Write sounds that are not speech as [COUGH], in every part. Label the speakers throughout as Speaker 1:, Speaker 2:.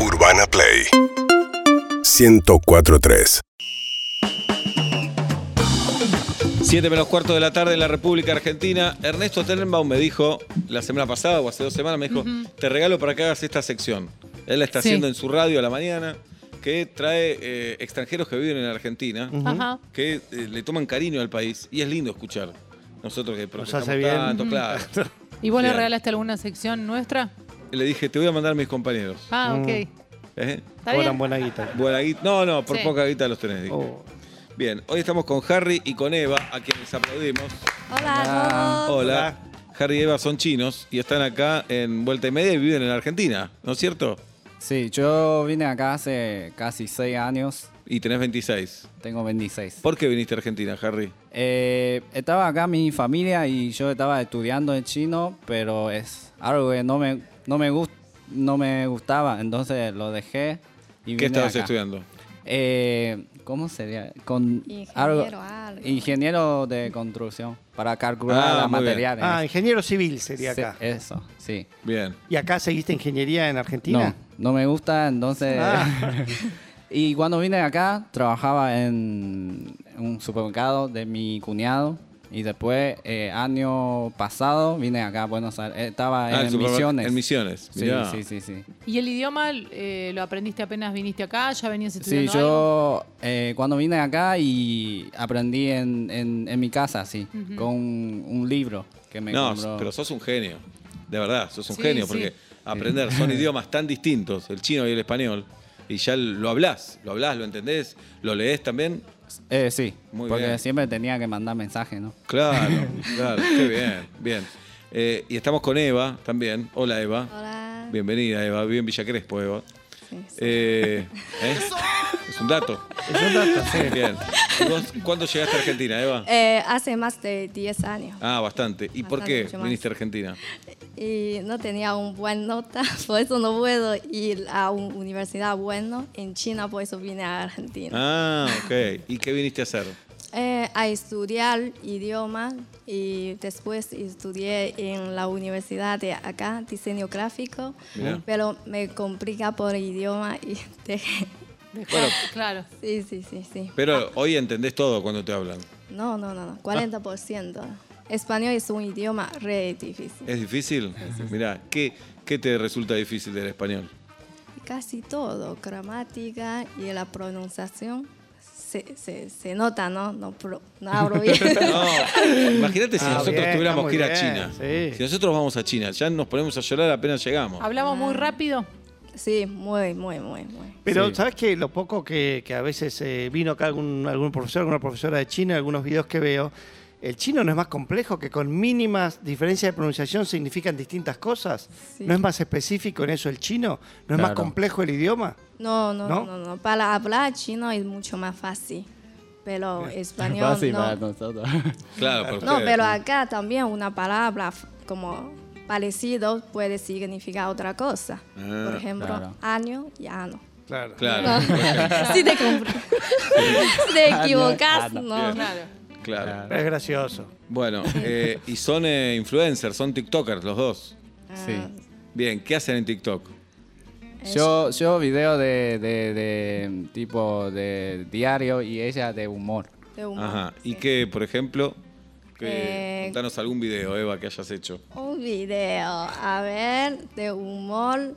Speaker 1: Urbana Play 1043
Speaker 2: 7 menos cuarto de la tarde en la República Argentina. Ernesto Tenenbaum me dijo la semana pasada o hace dos semanas, me dijo, te regalo para que hagas esta sección. Él la está
Speaker 3: Sí.
Speaker 2: haciendo en su radio a la mañana, que trae eh, extranjeros que viven en Argentina,
Speaker 3: Ajá.
Speaker 2: que eh, le toman cariño al país y es lindo escuchar. Nosotros que protestamos
Speaker 4: hace bien.
Speaker 2: tanto, claro.
Speaker 3: ¿Y vos le
Speaker 2: Bien.
Speaker 3: regalaste alguna sección nuestra?
Speaker 2: Le dije, te voy a mandar mis compañeros.
Speaker 3: Ah,
Speaker 4: Mm.
Speaker 3: ok.
Speaker 2: ¿Eh?
Speaker 3: ¿Está
Speaker 4: Cobran
Speaker 3: bien?
Speaker 4: buena guita.
Speaker 2: Buena guita. No, no, por
Speaker 3: Sí.
Speaker 2: poca guita los tenés. dije.
Speaker 4: Oh.
Speaker 2: Bien, hoy estamos con Harry y con Eva, a quienes aplaudimos.
Speaker 5: Hola, Gon.
Speaker 2: Hola. Harry y Eva son chinos y están acá en Vuelta y Media y viven en Argentina, ¿no es cierto?
Speaker 6: Sí, yo vine acá hace casi seis años,
Speaker 2: Y tenés 26.
Speaker 6: tengo 26.
Speaker 2: ¿Por qué viniste a Argentina, Harry?
Speaker 6: Eh, estaba acá mi familia y yo estaba estudiando en chino, pero es algo que no me, no me, gust- no me gustaba, entonces lo dejé. Y
Speaker 2: ¿Qué
Speaker 6: vine
Speaker 2: estabas
Speaker 6: acá.
Speaker 2: estudiando?
Speaker 6: Eh, ¿Cómo sería? Con
Speaker 5: Ingeniero algo.
Speaker 6: Ingeniero de construcción, para calcular
Speaker 2: Ah,
Speaker 6: los
Speaker 2: muy bien.
Speaker 6: materiales.
Speaker 4: Ah, ingeniero civil sería
Speaker 6: Sí,
Speaker 4: acá.
Speaker 6: Eso, sí.
Speaker 2: Bien.
Speaker 4: ¿Y acá seguiste ingeniería en Argentina?
Speaker 6: No, no me gusta, entonces...
Speaker 4: Ah.
Speaker 6: [LAUGHS] y cuando vine acá, trabajaba en un supermercado de mi cuñado. Y después, eh, año pasado, vine acá a Buenos Aires. Eh, Estaba
Speaker 2: Ah, el
Speaker 6: en
Speaker 2: supermercado-
Speaker 6: Misiones.
Speaker 2: en Misiones,
Speaker 6: Sí,
Speaker 2: mirá.
Speaker 6: sí, sí, sí.
Speaker 3: ¿Y el idioma eh, lo aprendiste apenas viniste acá? ¿Ya venías
Speaker 6: Sí,
Speaker 3: estudiando algo?
Speaker 6: yo eh, cuando vine acá y aprendí en, en- en mi casa, sí, con un libro que me
Speaker 2: no,
Speaker 6: compró.
Speaker 2: pero sos un genio. De verdad, sos un
Speaker 3: Sí,
Speaker 2: genio
Speaker 3: sí.
Speaker 2: porque aprender
Speaker 6: [LAUGHS]
Speaker 2: son idiomas tan distintos, el chino y el español, y ya lo hablás, lo hablás, lo entendés, lo lees también.
Speaker 6: Eh, sí,
Speaker 2: Muy
Speaker 6: porque
Speaker 2: bien.
Speaker 6: siempre tenía que mandar mensajes, ¿no?
Speaker 2: Claro, claro, qué bien, bien. Eh, y estamos con Eva también. Hola, Eva.
Speaker 5: Hola.
Speaker 2: Bienvenida, Eva. Vive en Villa Crespo, Eva.
Speaker 5: Sí, sí.
Speaker 2: Eh, ¿eh? Es un dato.
Speaker 4: Es un dato, sí.
Speaker 2: Bien. ¿Y vos ¿Cuándo llegaste a Argentina, Eva?
Speaker 5: Eh, hace más de 10 años
Speaker 2: Ah, bastante. ¿Y por
Speaker 5: Bastante,
Speaker 2: qué
Speaker 5: mucho más.
Speaker 2: viniste a Argentina?
Speaker 5: y no tenía un buen nota, [LAUGHS] por eso no puedo ir a una universidad bueno en China, por eso vine a Argentina.
Speaker 2: Ah, ok. ¿Y qué viniste a hacer?
Speaker 5: Eh, a estudiar idioma y después estudié en la universidad de acá, diseño gráfico,
Speaker 2: Mirá.
Speaker 5: pero me complica por idioma y [LAUGHS] dejé.
Speaker 3: Dejá- claro.
Speaker 5: Sí, sí, sí, sí.
Speaker 2: Pero hoy entendés todo cuando te hablan.
Speaker 5: No, no, no, no, 40%. Español es un idioma re difícil.
Speaker 2: ¿Es difícil? Mirá, ¿qué, qué te resulta difícil del español?
Speaker 5: Casi todo, gramática y la pronunciación. Se, se, se nota, ¿no? No, pro- no hablo bien.
Speaker 2: [LAUGHS] No, imagínate si
Speaker 4: Ah,
Speaker 2: nosotros
Speaker 4: bien,
Speaker 2: tuviéramos
Speaker 4: está
Speaker 2: que ir a
Speaker 4: muy
Speaker 2: China.
Speaker 4: bien, sí.
Speaker 2: Si nosotros vamos a China, ya nos ponemos a llorar apenas llegamos.
Speaker 5: Ah,
Speaker 3: ¿Hablamos
Speaker 5: Mm.
Speaker 3: muy rápido?
Speaker 5: Sí, muy, muy, muy, muy.
Speaker 4: Pero,
Speaker 6: Sí.
Speaker 4: ¿sabes qué? Lo poco que, que a veces eh, vino acá algún, algún profesor, alguna profesora de China, algunos videos que veo, el chino no es más complejo, que con mínimas diferencias de pronunciación significan distintas cosas.
Speaker 5: Sí.
Speaker 4: ¿No es más específico en eso el chino? ¿No es más
Speaker 6: Claro.
Speaker 4: complejo el idioma?
Speaker 5: No, no,
Speaker 4: ¿No?
Speaker 5: no, no, no. Para hablar chino es mucho más fácil. Pero español
Speaker 6: Fácil para
Speaker 5: no.
Speaker 6: nosotros.
Speaker 2: Claro, para
Speaker 5: No,
Speaker 2: ustedes.
Speaker 5: pero acá también una palabra f- como parecido puede significar otra cosa.
Speaker 2: Ah,
Speaker 5: Por ejemplo,
Speaker 6: claro.
Speaker 5: año y ano.
Speaker 4: Claro.
Speaker 2: Claro,
Speaker 5: [LAUGHS] Si te, compl- si te equivocas,
Speaker 6: ano.
Speaker 5: no.
Speaker 2: Bien. claro.
Speaker 4: Es gracioso.
Speaker 2: Bueno, eh, y son eh, influencers, son TikTokers los dos.
Speaker 5: Ah,
Speaker 6: Sí.
Speaker 2: Bien, ¿qué hacen en TikTok?
Speaker 6: Yo, yo video de, de- de tipo de diario y ella de humor.
Speaker 5: De humor,
Speaker 2: Ajá. ¿Y
Speaker 5: sí.
Speaker 2: qué, por ejemplo? Que,
Speaker 5: Eh,
Speaker 2: contanos algún video, Eva, que hayas hecho.
Speaker 5: Un video, a ver, de humor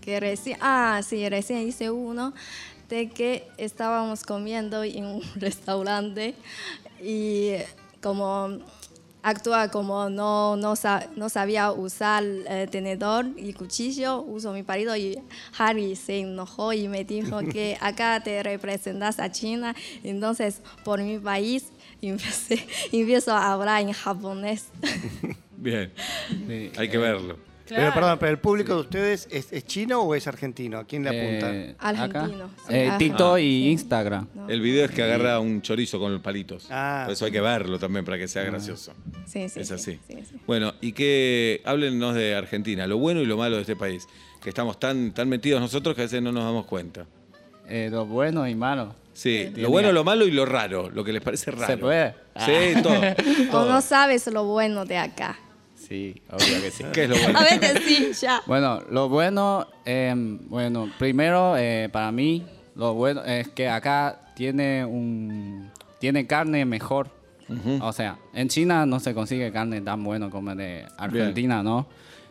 Speaker 5: que recién, ah, sí, recién hice uno de que estábamos comiendo en un [LAUGHS] restaurante y como actúa como no, no, sa- no sabía usar eh, tenedor y cuchillo, uso mi marido y Harry se enojó y me dijo que acá te representas a China, entonces por mi país [LAUGHS] empecé- empiezo a hablar en japonés.
Speaker 2: Bien,
Speaker 6: Sí.
Speaker 2: hay que verlo.
Speaker 4: Pero, perdón, pero el público de ustedes es, es chino o es argentino? ¿A quién le apuntan?
Speaker 6: Eh,
Speaker 5: Argentino,
Speaker 6: acá.
Speaker 5: sí,
Speaker 6: Eh,
Speaker 5: ajá.
Speaker 6: TikTok
Speaker 5: Sí.
Speaker 6: y Instagram.
Speaker 5: No.
Speaker 2: El video es que agarra un chorizo con los palitos.
Speaker 4: Ah.
Speaker 2: Por eso hay que verlo también para que sea gracioso.
Speaker 5: Sí, sí,
Speaker 2: es
Speaker 5: sí,
Speaker 2: así.
Speaker 5: sí, sí.
Speaker 2: Bueno, y que háblennos de Argentina, lo bueno y lo malo de este país, que estamos tan, tan metidos nosotros que a veces no nos damos cuenta.
Speaker 6: Eh, lo bueno y malo.
Speaker 2: Sí,
Speaker 6: Sí.
Speaker 2: lo bueno, lo malo y lo raro, lo que les parece raro.
Speaker 6: puede? Ah. [LAUGHS]
Speaker 2: Sí, todo.
Speaker 5: O
Speaker 2: todo.
Speaker 5: no sabes lo bueno de acá.
Speaker 6: Sí, obvio que [LAUGHS] sí.
Speaker 2: ¿Qué es lo bueno?
Speaker 5: A veces sí, ya.
Speaker 6: Bueno, lo bueno, eh, bueno, primero eh, para mí, lo bueno es que acá tiene un tiene carne mejor. O sea, en China no se consigue carne tan buena como de Argentina, ¿no?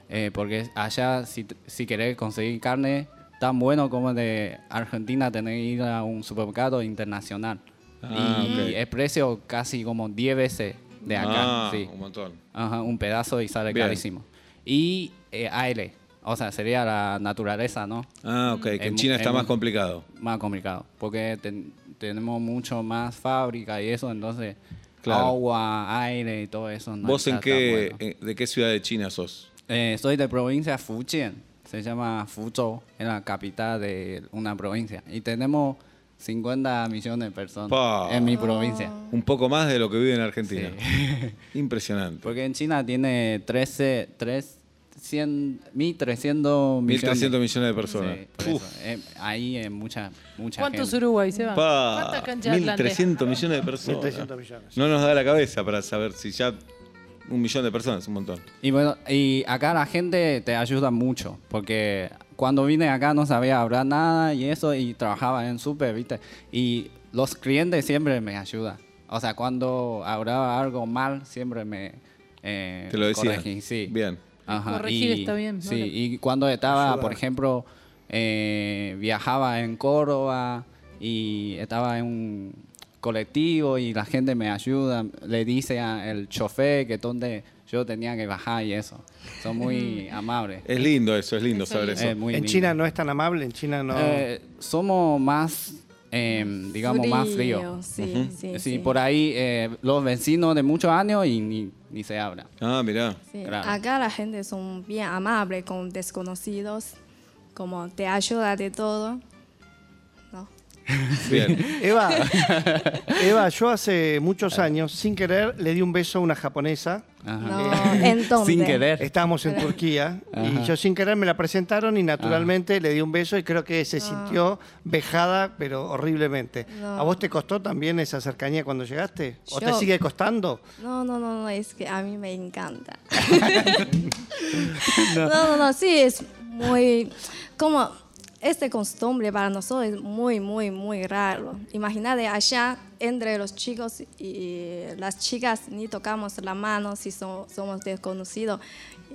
Speaker 6: Eh, porque allá si, si querés conseguir carne tan bueno como de Argentina, tenés que ir a un supermercado internacional.
Speaker 2: Ah,
Speaker 6: y
Speaker 2: ok.
Speaker 6: el precio casi como 10 veces de acá.
Speaker 2: Ah,
Speaker 6: sí.
Speaker 2: un montón.
Speaker 5: Mm.
Speaker 6: Ajá, un pedazo y sale
Speaker 2: Bien.
Speaker 6: carísimo. Y eh, aire, o sea, sería la naturaleza, ¿no?
Speaker 2: Ah, ok, que en
Speaker 6: Es
Speaker 2: China
Speaker 6: mu-
Speaker 2: está
Speaker 6: es
Speaker 2: más
Speaker 6: mu-
Speaker 2: complicado.
Speaker 6: Más complicado, porque ten- tenemos mucho más fábrica y eso, entonces
Speaker 2: Claro.
Speaker 6: agua, aire y todo eso. no
Speaker 2: ¿Vos
Speaker 6: está
Speaker 2: en qué,
Speaker 6: tan bueno.
Speaker 2: en- de qué ciudad de China sos?
Speaker 6: Eh, soy de provincia Fujian, se llama Fuzhou, es la capital de una provincia. Y tenemos 50 millones de personas
Speaker 2: Pa.
Speaker 6: en mi provincia.
Speaker 2: Un poco más de lo que vive en Argentina.
Speaker 6: Sí.
Speaker 2: Impresionante.
Speaker 6: [LAUGHS] Porque en China tiene 13, 3, 100, 1300 millones.
Speaker 2: 1.300 millones de personas.
Speaker 6: Sí, por eso.
Speaker 2: Uf.
Speaker 6: Eh, ahí hay mucha, mucha
Speaker 3: ¿Cuántos
Speaker 6: gente.
Speaker 3: Uruguay se van?
Speaker 2: Pa,
Speaker 3: ¿Cuántas canchas de Atlante?
Speaker 2: 1.300 millones de personas.
Speaker 4: 1.300 millones.
Speaker 2: No nos da la cabeza para saber si ya un millón de personas, un montón.
Speaker 6: Y bueno, y acá la gente te ayuda mucho, porque cuando vine acá no sabía hablar nada y eso, y trabajaba en súper, ¿viste? Y los clientes siempre me ayudan. O sea, cuando hablaba algo mal, siempre me... eh,
Speaker 2: Te lo decían.
Speaker 6: corregí, sí.
Speaker 2: Bien.
Speaker 6: Ajá,
Speaker 3: Corregir está bien, ¿no?
Speaker 6: sí,
Speaker 3: Le-
Speaker 6: y cuando estaba,
Speaker 4: Ayudar.
Speaker 6: por ejemplo, eh, viajaba en Córdoba y estaba en un colectivo y la gente me ayuda, le dice al chofer que dónde yo tenía que bajar y eso. Son muy [LAUGHS] amables.
Speaker 2: Es lindo eso, es lindo
Speaker 5: Eso
Speaker 2: saber
Speaker 5: es
Speaker 2: eso.
Speaker 6: Es muy
Speaker 4: Eh, en
Speaker 6: lindo.
Speaker 4: China no es tan amable, en China no.
Speaker 6: Eh, somos más, eh, digamos, más frío.
Speaker 5: Sí, sí,
Speaker 6: Sí,
Speaker 5: sí.
Speaker 6: por ahí eh, los vecinos de muchos años y ni, ni se habla.
Speaker 2: Ah, mirá.
Speaker 5: Sí,
Speaker 6: Claro.
Speaker 5: Acá la gente son bien amable con desconocidos, como te ayuda de todo. No.
Speaker 6: [LAUGHS]
Speaker 2: Bien.
Speaker 4: Eva, Eva, yo hace muchos años, sin querer, le di un beso a una japonesa. Eh,
Speaker 6: Ajá.
Speaker 5: No,
Speaker 6: [LAUGHS]
Speaker 5: entonces.
Speaker 6: Sin querer.
Speaker 4: Estábamos en Turquía y yo sin querer me la presentaron y naturalmente le di un beso y creo que se sintió vejada, pero horriblemente.
Speaker 5: No.
Speaker 4: ¿A vos te costó también esa cercanía cuando llegaste? ¿O te
Speaker 5: Yo-
Speaker 4: sigue costando?
Speaker 5: No, no, no, no, es que a mí
Speaker 2: [LAUGHS]
Speaker 5: me encanta. no. no, no, sí, es muy. Como esta costumbre para nosotros es muy, muy, muy raro. Imagínate allá entre los chicos y las chicas ni tocamos la mano si so- somos desconocidos.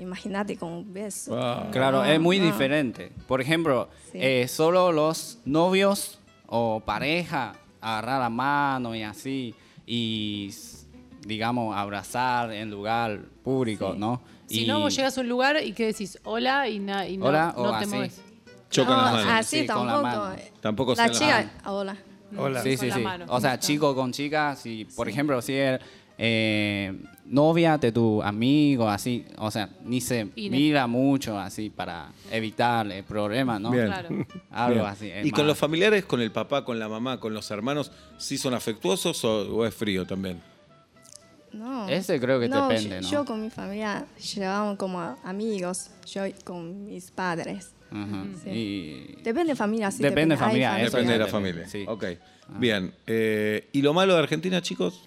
Speaker 5: Imagínate con un beso.
Speaker 6: Claro, es muy
Speaker 3: Ah.
Speaker 5: no.
Speaker 6: diferente. Por ejemplo,
Speaker 5: Sí.
Speaker 6: eh, solo los novios o pareja agarrar la mano y así y s- digamos abrazar en lugar público,
Speaker 5: Sí.
Speaker 6: ¿no?
Speaker 3: Si
Speaker 6: Y-
Speaker 3: no, vos llegas a un lugar y que decís hola y, na- y no,
Speaker 6: Hola,
Speaker 3: no
Speaker 6: o
Speaker 3: te
Speaker 6: así.
Speaker 3: mueves.
Speaker 2: Chocan
Speaker 5: no,
Speaker 2: las manos.
Speaker 5: Así
Speaker 6: Ah, Sí, con la
Speaker 5: tampoco.
Speaker 6: mano.
Speaker 2: Tampoco Ah. se
Speaker 5: la
Speaker 2: la-
Speaker 5: chica. Hola.
Speaker 4: Hola.
Speaker 6: Sí,
Speaker 3: con
Speaker 6: sí,
Speaker 3: la
Speaker 6: sí.
Speaker 3: mano.
Speaker 6: O sea, chico con chica, si por ejemplo si es eh, novia de tu amigo, así, o sea, ni se
Speaker 3: Y no.
Speaker 6: mira mucho así para evitar el problema, ¿no?
Speaker 2: Bien.
Speaker 3: Claro.
Speaker 6: Algo
Speaker 2: Bien.
Speaker 6: así. es
Speaker 2: ¿Y con
Speaker 6: más-
Speaker 2: los familiares, con el papá, con la mamá, con los hermanos, sí son afectuosos o, o es frío también?
Speaker 5: No.
Speaker 6: Ese creo que
Speaker 5: no,
Speaker 6: depende,
Speaker 5: yo,
Speaker 6: ¿no?
Speaker 5: Yo con mi familia llevamos como amigos, yo con mis padres.
Speaker 6: Ajá.
Speaker 5: Sí.
Speaker 6: Y-
Speaker 5: Depende de familia, sí.
Speaker 6: Depende de
Speaker 5: hay
Speaker 6: familia,
Speaker 5: familias
Speaker 6: Ah, eso
Speaker 2: Depende de
Speaker 6: ya
Speaker 2: la
Speaker 6: depende,
Speaker 2: familia.
Speaker 6: sí. Ah.
Speaker 2: Ok. Bien. Eh, ¿Y lo malo de Argentina, chicos?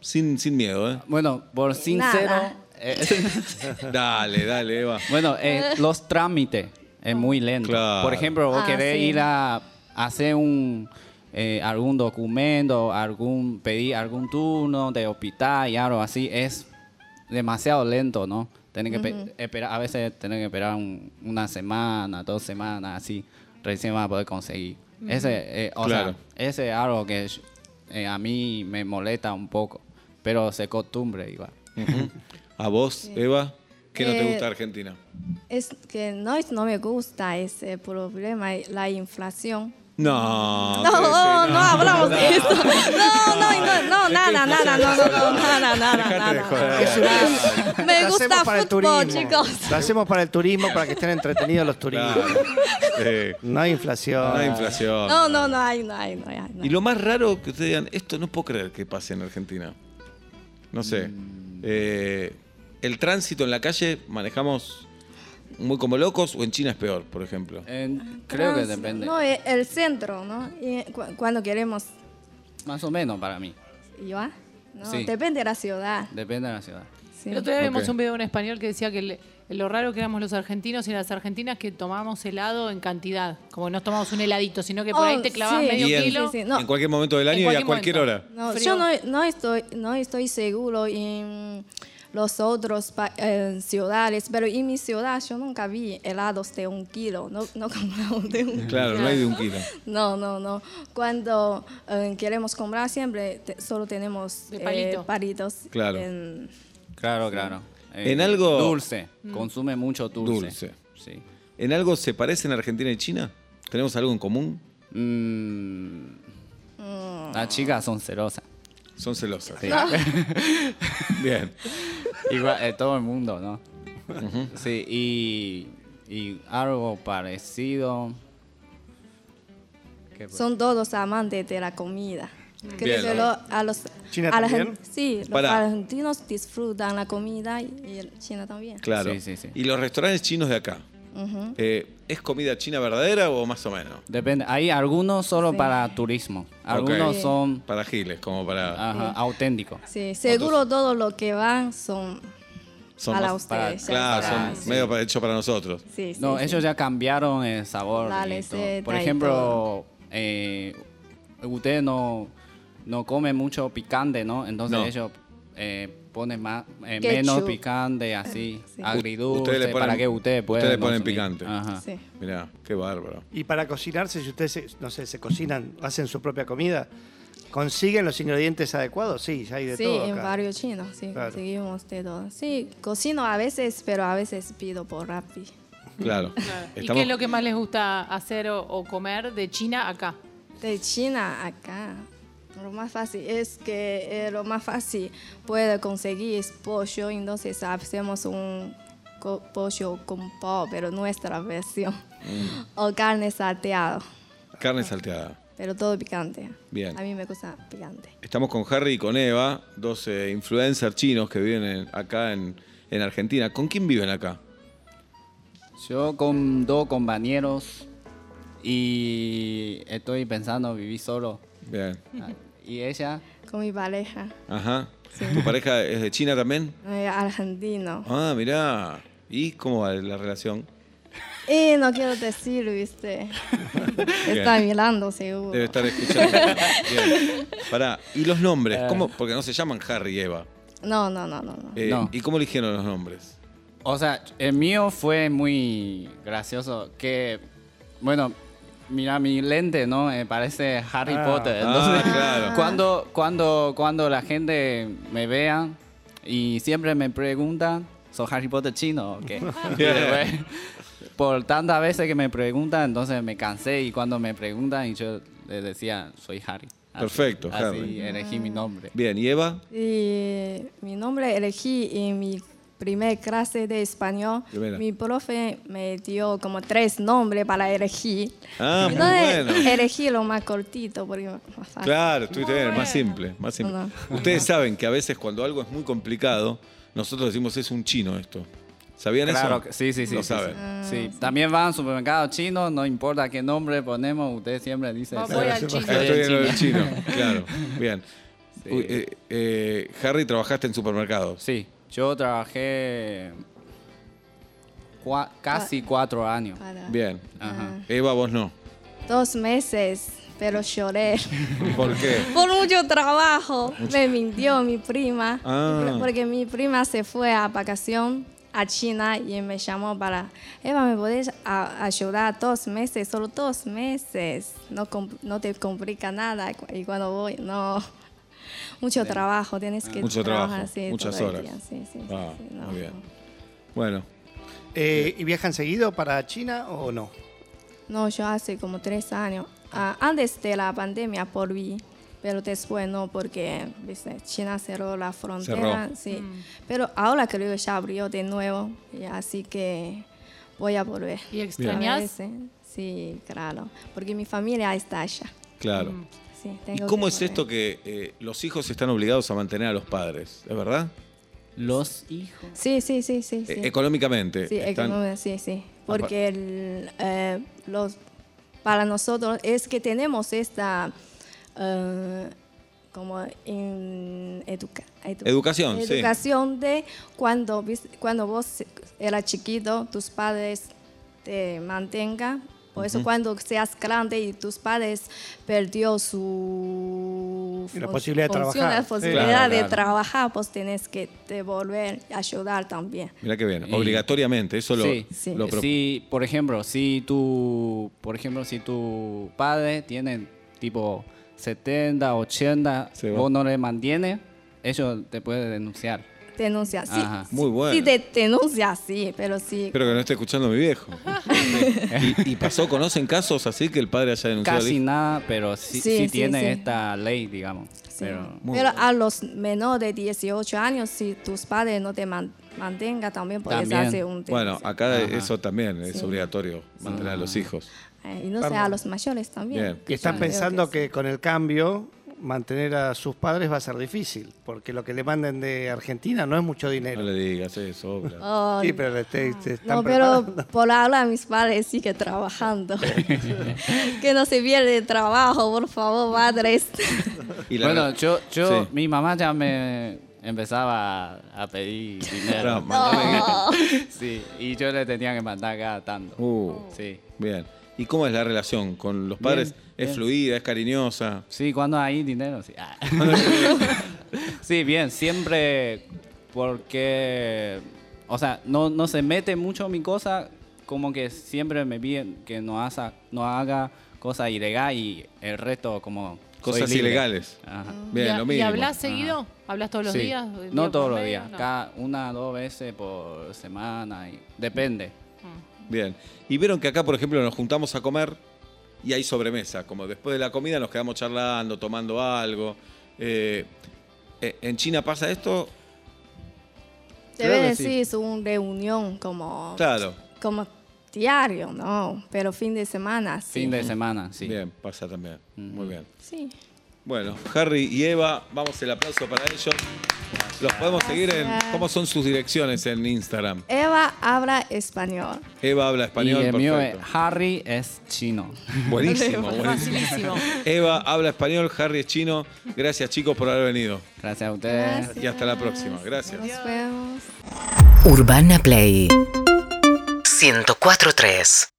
Speaker 2: Sin, sin miedo,
Speaker 6: [LAUGHS]
Speaker 2: ¿eh?
Speaker 6: Bueno, por sincero,
Speaker 5: Nada.
Speaker 6: eh, [LAUGHS]
Speaker 2: Dale, dale, Eva.
Speaker 6: bueno, eh, los trámites es muy lento.
Speaker 2: Claro.
Speaker 6: Por ejemplo, vos
Speaker 5: Ah,
Speaker 6: querés
Speaker 5: sí.
Speaker 6: ir a hacer un eh, algún documento, algún pedir algún turno de hospital y algo así, es demasiado lento, ¿no? Tenés que pe- esperar, a veces tenés que esperar un- una semana, dos semanas, así, recién vas a poder conseguir. Ese, eh, o
Speaker 2: Claro.
Speaker 6: sea, ese es algo que yo- eh, a mí me molesta un poco, pero se costumbre igual.
Speaker 2: Ujú. ¿A vos, Eva? ¿Qué no te
Speaker 5: Eh,
Speaker 2: gusta de Argentina?
Speaker 5: Es que no, es- no me gusta ese problema, eh, la inflación.
Speaker 2: No.
Speaker 5: No,
Speaker 2: ¿qué decís?
Speaker 5: no, hablamos de
Speaker 2: [LAUGHS]
Speaker 5: eso. No, no, no, no, nada, nada, no, no, no, nada,
Speaker 2: Dejate de
Speaker 5: nada,
Speaker 2: joder.
Speaker 5: nada.
Speaker 4: Es una-
Speaker 5: Me
Speaker 4: Lo
Speaker 5: gusta
Speaker 4: hacemos
Speaker 5: fútbol,
Speaker 4: el turismo.
Speaker 5: chicos.
Speaker 4: Lo hacemos para el turismo, para que estén entretenidos los turistas.
Speaker 2: Claro.
Speaker 4: [LAUGHS]
Speaker 2: Sí.
Speaker 4: No hay inflación.
Speaker 2: No hay inflación.
Speaker 5: No, no, no, ay, no, ay, no, ay, no.
Speaker 2: Y lo más raro que ustedes digan, esto no puedo creer que pase en Argentina. No sé. Eh, el tránsito en la calle manejamos muy como locos o en China es peor, por ejemplo.
Speaker 6: Eh, creo que
Speaker 5: Trans-
Speaker 6: depende.
Speaker 5: Ah, No, eh, el centro, ¿no? Y cu- cuando queremos,
Speaker 6: Más o menos para mí.
Speaker 5: ¿yo? ah? No,
Speaker 6: Sí.
Speaker 5: depende de la ciudad.
Speaker 6: Depende de la ciudad.
Speaker 5: sí.
Speaker 3: El otro día vimos
Speaker 2: Ok.
Speaker 3: un video de un español que decía que le- lo raro que éramos los argentinos y las argentinas que tomábamos helado en cantidad. Como que no tomábamos un heladito, sino que por
Speaker 5: Oh,
Speaker 3: ahí te clavabas
Speaker 5: sí.
Speaker 3: medio
Speaker 2: Y en-
Speaker 3: kilo.
Speaker 5: Sí, sí, no.
Speaker 2: En cualquier momento del
Speaker 3: En
Speaker 2: año y a
Speaker 3: cualquier
Speaker 2: cualquier
Speaker 3: momento.
Speaker 2: hora.
Speaker 5: No,
Speaker 3: Frío.
Speaker 5: yo no, no estoy, no estoy seguro en los otros pa- eh, ciudades, pero en mi ciudad yo nunca vi helados de un kilo, no, no [LAUGHS] compramos de un kilo.
Speaker 2: Claro, no hay de un kilo.
Speaker 5: No, no, no. Cuando eh, queremos comprar siempre te- solo tenemos
Speaker 3: De
Speaker 5: eh,
Speaker 3: palito.
Speaker 5: palitos.
Speaker 2: Claro.
Speaker 5: en-
Speaker 6: Claro, claro.
Speaker 2: En algo-
Speaker 6: Eh, Dulce.
Speaker 5: Mm.
Speaker 6: Consume mucho dulce.
Speaker 2: Dulce.
Speaker 6: Sí.
Speaker 2: ¿En algo se parecen Argentina y China? ¿Tenemos algo en común?
Speaker 6: Mm,
Speaker 5: Mm.
Speaker 6: Las chicas son celosas.
Speaker 2: Son celosas.
Speaker 6: Sí.
Speaker 2: Bien.
Speaker 6: Igual, eh, todo el mundo, ¿no? Sí, y, y algo parecido. ¿Qué fue?
Speaker 5: son todos amantes de la comida.
Speaker 2: Bien.
Speaker 3: Mm.
Speaker 5: Creo que lo- a los,
Speaker 4: ¿China
Speaker 5: a la
Speaker 4: también?
Speaker 5: gen- sí, los
Speaker 2: Pará.
Speaker 5: argentinos disfrutan la comida y, y el China también.
Speaker 2: Claro.
Speaker 6: Sí, sí, sí.
Speaker 2: Y los restaurantes chinos de acá. Eh, ¿Es comida china verdadera o más o menos?
Speaker 6: Depende. Hay algunos solo
Speaker 5: Sí.
Speaker 6: para turismo. Algunos
Speaker 2: Ok.
Speaker 6: son
Speaker 2: Para giles, como para...
Speaker 6: ajá, auténticos.
Speaker 5: Sí, seguro todos los que van son
Speaker 2: son
Speaker 5: a la
Speaker 2: más-
Speaker 5: ustedes. ya
Speaker 2: Claro,
Speaker 5: sabrán.
Speaker 2: son medio pa- hecho para nosotros.
Speaker 5: Sí, sí,
Speaker 6: No,
Speaker 5: sí.
Speaker 6: ellos ya cambiaron el sabor. y
Speaker 5: La
Speaker 6: todo.
Speaker 5: receta
Speaker 6: Por
Speaker 5: y
Speaker 6: ejemplo,
Speaker 5: todo.
Speaker 6: eh, usted no, no come mucho picante, ¿no? Entonces
Speaker 2: No.
Speaker 6: ellos eh, ponen más, eh,
Speaker 5: Ketchup.
Speaker 6: menos picante, así,
Speaker 5: Sí.
Speaker 6: agridulce,
Speaker 2: Ustedes le ponen-
Speaker 6: para que usted pueda.
Speaker 2: ustedes le ponen
Speaker 6: consumir.
Speaker 2: picante.
Speaker 6: Ajá.
Speaker 5: Sí.
Speaker 2: Mirá, qué bárbaro.
Speaker 4: Y para cocinarse, si ustedes, se- no sé, se cocinan, hacen su propia comida, ¿consiguen los ingredientes adecuados? Sí, ya hay de
Speaker 5: Sí,
Speaker 4: todo.
Speaker 5: en
Speaker 4: acá.
Speaker 5: barrio chino, sí,
Speaker 4: Claro.
Speaker 5: conseguimos de todo. Sí, cocino a veces, pero a veces pido por Rappi.
Speaker 2: Claro.
Speaker 3: ¿Y
Speaker 2: Estamos-
Speaker 3: qué es lo que más les gusta hacer o, o comer de China acá?
Speaker 5: De China acá, lo más fácil es que eh, lo más fácil puede conseguir es pollo, entonces hacemos un co- pollo con pavo, pero nuestra versión.
Speaker 4: Mm.
Speaker 5: O carne salteado,
Speaker 2: Carne salteada.
Speaker 5: pero todo picante.
Speaker 2: Bien.
Speaker 5: A mí me gusta picante.
Speaker 2: Estamos con Harry y con Eva, dos eh, influencers chinos que viven en- acá en, en Argentina. ¿Con quién viven acá?
Speaker 6: Yo con dos compañeros y estoy pensando vivir
Speaker 5: [LAUGHS]
Speaker 6: solo.
Speaker 2: Bien.
Speaker 6: Y ella,
Speaker 5: Con mi pareja,
Speaker 2: Ajá. ¿Tu pareja es de China también?
Speaker 5: eh, argentino.
Speaker 2: Ah, mirá. ¿Y cómo va la relación?
Speaker 5: Y no quiero decir,
Speaker 2: [LAUGHS]
Speaker 5: viste. Está mirando seguro.
Speaker 2: Debe estar escuchando. Bien. Pará. ¿Y los nombres? ¿Cómo? Porque no se llaman Harry y Eva.
Speaker 5: No, no, no, no. no.
Speaker 2: Eh,
Speaker 6: No.
Speaker 2: ¿Y cómo eligieron los nombres?
Speaker 6: O sea, el mío fue muy gracioso. Que, bueno, mira mi lente, ¿no? Eh, parece Harry
Speaker 4: Ah.
Speaker 6: Potter.
Speaker 2: Ah, [LAUGHS]
Speaker 6: Entonces,
Speaker 2: claro.
Speaker 6: cuando, cuando, cuando la gente me vea y siempre me preguntan, ¿soy Harry Potter chino o qué? [LAUGHS] Y después, por tantas veces que me preguntan, entonces me cansé y cuando me preguntan, y yo les decía, soy Harry. Así-
Speaker 2: Perfecto,
Speaker 6: así
Speaker 2: Harry.
Speaker 6: elegí mi nombre.
Speaker 2: Bien, ¿y Eva?
Speaker 5: Y mi nombre elegí en mi primer clase de español.
Speaker 2: Primera.
Speaker 5: Mi profe me dio como tres nombres para elegir.
Speaker 2: Ah, muy
Speaker 5: Entonces,
Speaker 2: bueno.
Speaker 5: elegí lo más cortito porque más fácil.
Speaker 2: Claro, estuviste bien, más simple, más simple.
Speaker 5: No,
Speaker 2: Ustedes saben que a veces cuando algo es muy complicado, nosotros decimos es un chino esto. ¿Sabían
Speaker 6: Claro,
Speaker 2: eso?
Speaker 6: que- sí, sí, sí.
Speaker 2: Lo
Speaker 6: sí,
Speaker 2: saben.
Speaker 6: sí. Sí, también van al supermercado chino, no importa qué nombre ponemos, usted siempre dice.
Speaker 3: Va,
Speaker 6: sí.
Speaker 3: voy al
Speaker 6: Estoy
Speaker 3: chino.
Speaker 2: Ah, Estoy en lo
Speaker 6: en
Speaker 2: del
Speaker 6: China.
Speaker 2: chino,
Speaker 6: [LAUGHS]
Speaker 2: claro. Bien. Uy, eh, eh, Harry, trabajaste en supermercados.
Speaker 6: Sí, yo trabajé cua- casi cuatro años.
Speaker 5: Para
Speaker 2: Bien.
Speaker 6: Ajá.
Speaker 2: Eva, vos no.
Speaker 5: Dos meses, pero lloré.
Speaker 2: ¿Por qué?
Speaker 6: [LAUGHS]
Speaker 5: Por mucho trabajo me mintió mi prima,
Speaker 2: Ah.
Speaker 5: porque mi prima se fue a vacación a China y me llamó para, Eva, ¿me podés a- ayudar dos meses? Solo dos meses, no, com- no te complica nada cu- y cuando voy, no. Mucho trabajo, tienes que
Speaker 2: Mucho
Speaker 5: trabajar
Speaker 2: trabajo,
Speaker 5: sí,
Speaker 2: muchas
Speaker 5: todo el
Speaker 2: horas.
Speaker 5: día, sí, sí, sí,
Speaker 2: Ah,
Speaker 5: sí, no.
Speaker 2: muy bien. Bueno,
Speaker 4: Eh, ¿Y viajan seguido para China o no?
Speaker 5: No, yo hace como tres años, ah, antes de la pandemia por vi, pero después no, porque viste, China cerró la frontera,
Speaker 2: Cerró.
Speaker 5: sí.
Speaker 3: Mm.
Speaker 5: Pero ahora creo que ya abrió de nuevo, y así que voy a volver.
Speaker 3: ¿Y
Speaker 5: A
Speaker 3: extrañas?
Speaker 5: veces, Sí, claro, porque mi familia está allá.
Speaker 2: claro.
Speaker 5: Sí,
Speaker 2: ¿Y
Speaker 5: Mm, tengo
Speaker 2: cómo
Speaker 5: que
Speaker 2: es esto
Speaker 5: volver.
Speaker 2: que eh, los hijos están obligados a mantener a los padres? ¿Es verdad?
Speaker 6: Los hijos.
Speaker 5: Sí, sí, sí, sí. sí.
Speaker 2: Eh, económicamente.
Speaker 5: Sí,
Speaker 2: están-
Speaker 5: económica, sí, sí. Porque el, eh, los, para nosotros es que tenemos esta eh, como en educa- edu-
Speaker 2: Educación, sí.
Speaker 5: educación de cuando, vis- cuando vos eras chiquito, tus padres te mantengan. Por eso cuando seas grande y tus padres perdió su
Speaker 4: Y la
Speaker 5: fun-
Speaker 4: posibilidad de
Speaker 5: función,
Speaker 4: trabajar.
Speaker 5: la
Speaker 4: Sí.
Speaker 5: posibilidad
Speaker 2: Claro,
Speaker 5: de
Speaker 2: claro.
Speaker 5: trabajar, pues tenés que devolver, ayudar también.
Speaker 2: Mirá que bien,
Speaker 6: Y-
Speaker 2: obligatoriamente, eso lo,
Speaker 6: sí,
Speaker 5: Sí.
Speaker 2: lo pro-
Speaker 6: Sí, por ejemplo, si tu, por ejemplo, si tu padre tiene tipo 70, 80,
Speaker 2: Se va.
Speaker 6: vos no le mantienes, ellos te pueden denunciar.
Speaker 5: Denuncia, sí.
Speaker 6: Ajá.
Speaker 2: Muy bueno.
Speaker 5: Sí, te denuncia, sí, pero sí.
Speaker 2: Espero que no esté escuchando mi viejo.
Speaker 6: [LAUGHS]
Speaker 2: y, y pasó, ¿conocen casos así que el padre haya denunciado? al
Speaker 6: Casi
Speaker 2: hijo?
Speaker 6: nada, pero sí,
Speaker 5: Sí,
Speaker 6: sí,
Speaker 5: sí,
Speaker 6: tiene
Speaker 5: sí.
Speaker 6: esta ley, digamos.
Speaker 5: Sí.
Speaker 6: Pero,
Speaker 2: Muy
Speaker 5: Pero
Speaker 2: bueno.
Speaker 5: a los menores de 18 años, si tus padres no te man- mantengan, también puedes
Speaker 6: También.
Speaker 5: hacer un
Speaker 2: Bueno, ah,
Speaker 5: denuncia.
Speaker 2: acá
Speaker 6: Ajá.
Speaker 2: eso también es
Speaker 5: Sí.
Speaker 2: obligatorio, mantener a los hijos.
Speaker 5: Eh, y no sé, a los mayores también.
Speaker 2: Bien.
Speaker 4: Y están
Speaker 5: Yo creo
Speaker 4: pensando
Speaker 5: sí.
Speaker 4: que con el cambio mantener a sus padres va a ser difícil, porque lo que le manden de Argentina no es mucho
Speaker 2: No
Speaker 4: dinero.
Speaker 2: le digas eso.
Speaker 5: [LAUGHS]
Speaker 2: obla.
Speaker 5: Oh,
Speaker 4: Sí, pero le te- te están
Speaker 5: no, pero
Speaker 4: preparando.
Speaker 5: por ahora mis padres
Speaker 4: [LAUGHS]
Speaker 5: siguen trabajando. [LAUGHS] que no se pierde el trabajo, por favor, padres.
Speaker 2: Y la-
Speaker 6: bueno, yo, yo
Speaker 2: Sí.
Speaker 6: mi mamá ya me empezaba a, a pedir
Speaker 2: No,
Speaker 6: dinero.
Speaker 2: mandame-
Speaker 6: [LAUGHS] sí, y yo le tenía que mandar cada tanto.
Speaker 2: Uh,
Speaker 6: Sí.
Speaker 2: Bien. ¿Y cómo es la relación con los padres?
Speaker 6: Bien,
Speaker 2: ¿Es
Speaker 6: bien.
Speaker 2: fluida, es cariñosa?
Speaker 6: Sí, cuando hay dinero, sí. Ah. [LAUGHS] sí, bien, siempre porque, o sea, no, no se mete mucho en mi cosa, como que siempre me piden que no, haga no haga cosas ilegales y el resto como... soy
Speaker 2: Cosas
Speaker 6: libre.
Speaker 2: ilegales.
Speaker 6: Ajá.
Speaker 2: Bien,
Speaker 3: Mm. ¿Y, a-
Speaker 2: lo
Speaker 3: y
Speaker 2: mínimo.
Speaker 3: hablas seguido? ¿Hablas todos los
Speaker 6: Sí.
Speaker 3: días?
Speaker 6: No
Speaker 3: ¿Día
Speaker 6: todos
Speaker 3: por
Speaker 6: los
Speaker 3: medio?
Speaker 6: días,
Speaker 3: No.
Speaker 6: cada una dos veces por semana, y, depende.
Speaker 2: Bien. Y vieron que acá, por ejemplo, nos juntamos a comer y hay sobremesa. Como después de la comida nos quedamos charlando, tomando algo. Eh, eh, ¿En China pasa esto?
Speaker 5: [LAUGHS] Debe
Speaker 6: que
Speaker 5: decir, es una reunión
Speaker 3: Oh,
Speaker 5: como,
Speaker 2: Claro.
Speaker 5: como diario, ¿no? Pero fin de semana, sí.
Speaker 6: Fin de semana, sí.
Speaker 2: Bien, pasa también. Muy bien.
Speaker 5: Sí.
Speaker 2: Bueno, Harry y Eva, vamos el aplauso para ellos. Los podemos seguir en.
Speaker 5: Gracias.
Speaker 2: ¿Cómo son sus direcciones en Instagram?
Speaker 5: Eva habla español.
Speaker 2: Eva habla español.
Speaker 6: y el mío es
Speaker 2: perfecto.
Speaker 6: Harry es chino. [LAUGHS]
Speaker 3: [LAUGHS]
Speaker 2: Buenísimo, buenísimo.
Speaker 3: Facilísimo.
Speaker 2: Eva habla español, Harry es chino. Gracias chicos por haber venido.
Speaker 6: Gracias a ustedes.
Speaker 2: Y hasta la próxima. Gracias.
Speaker 5: Nos vemos.
Speaker 1: Urbana Play 104.3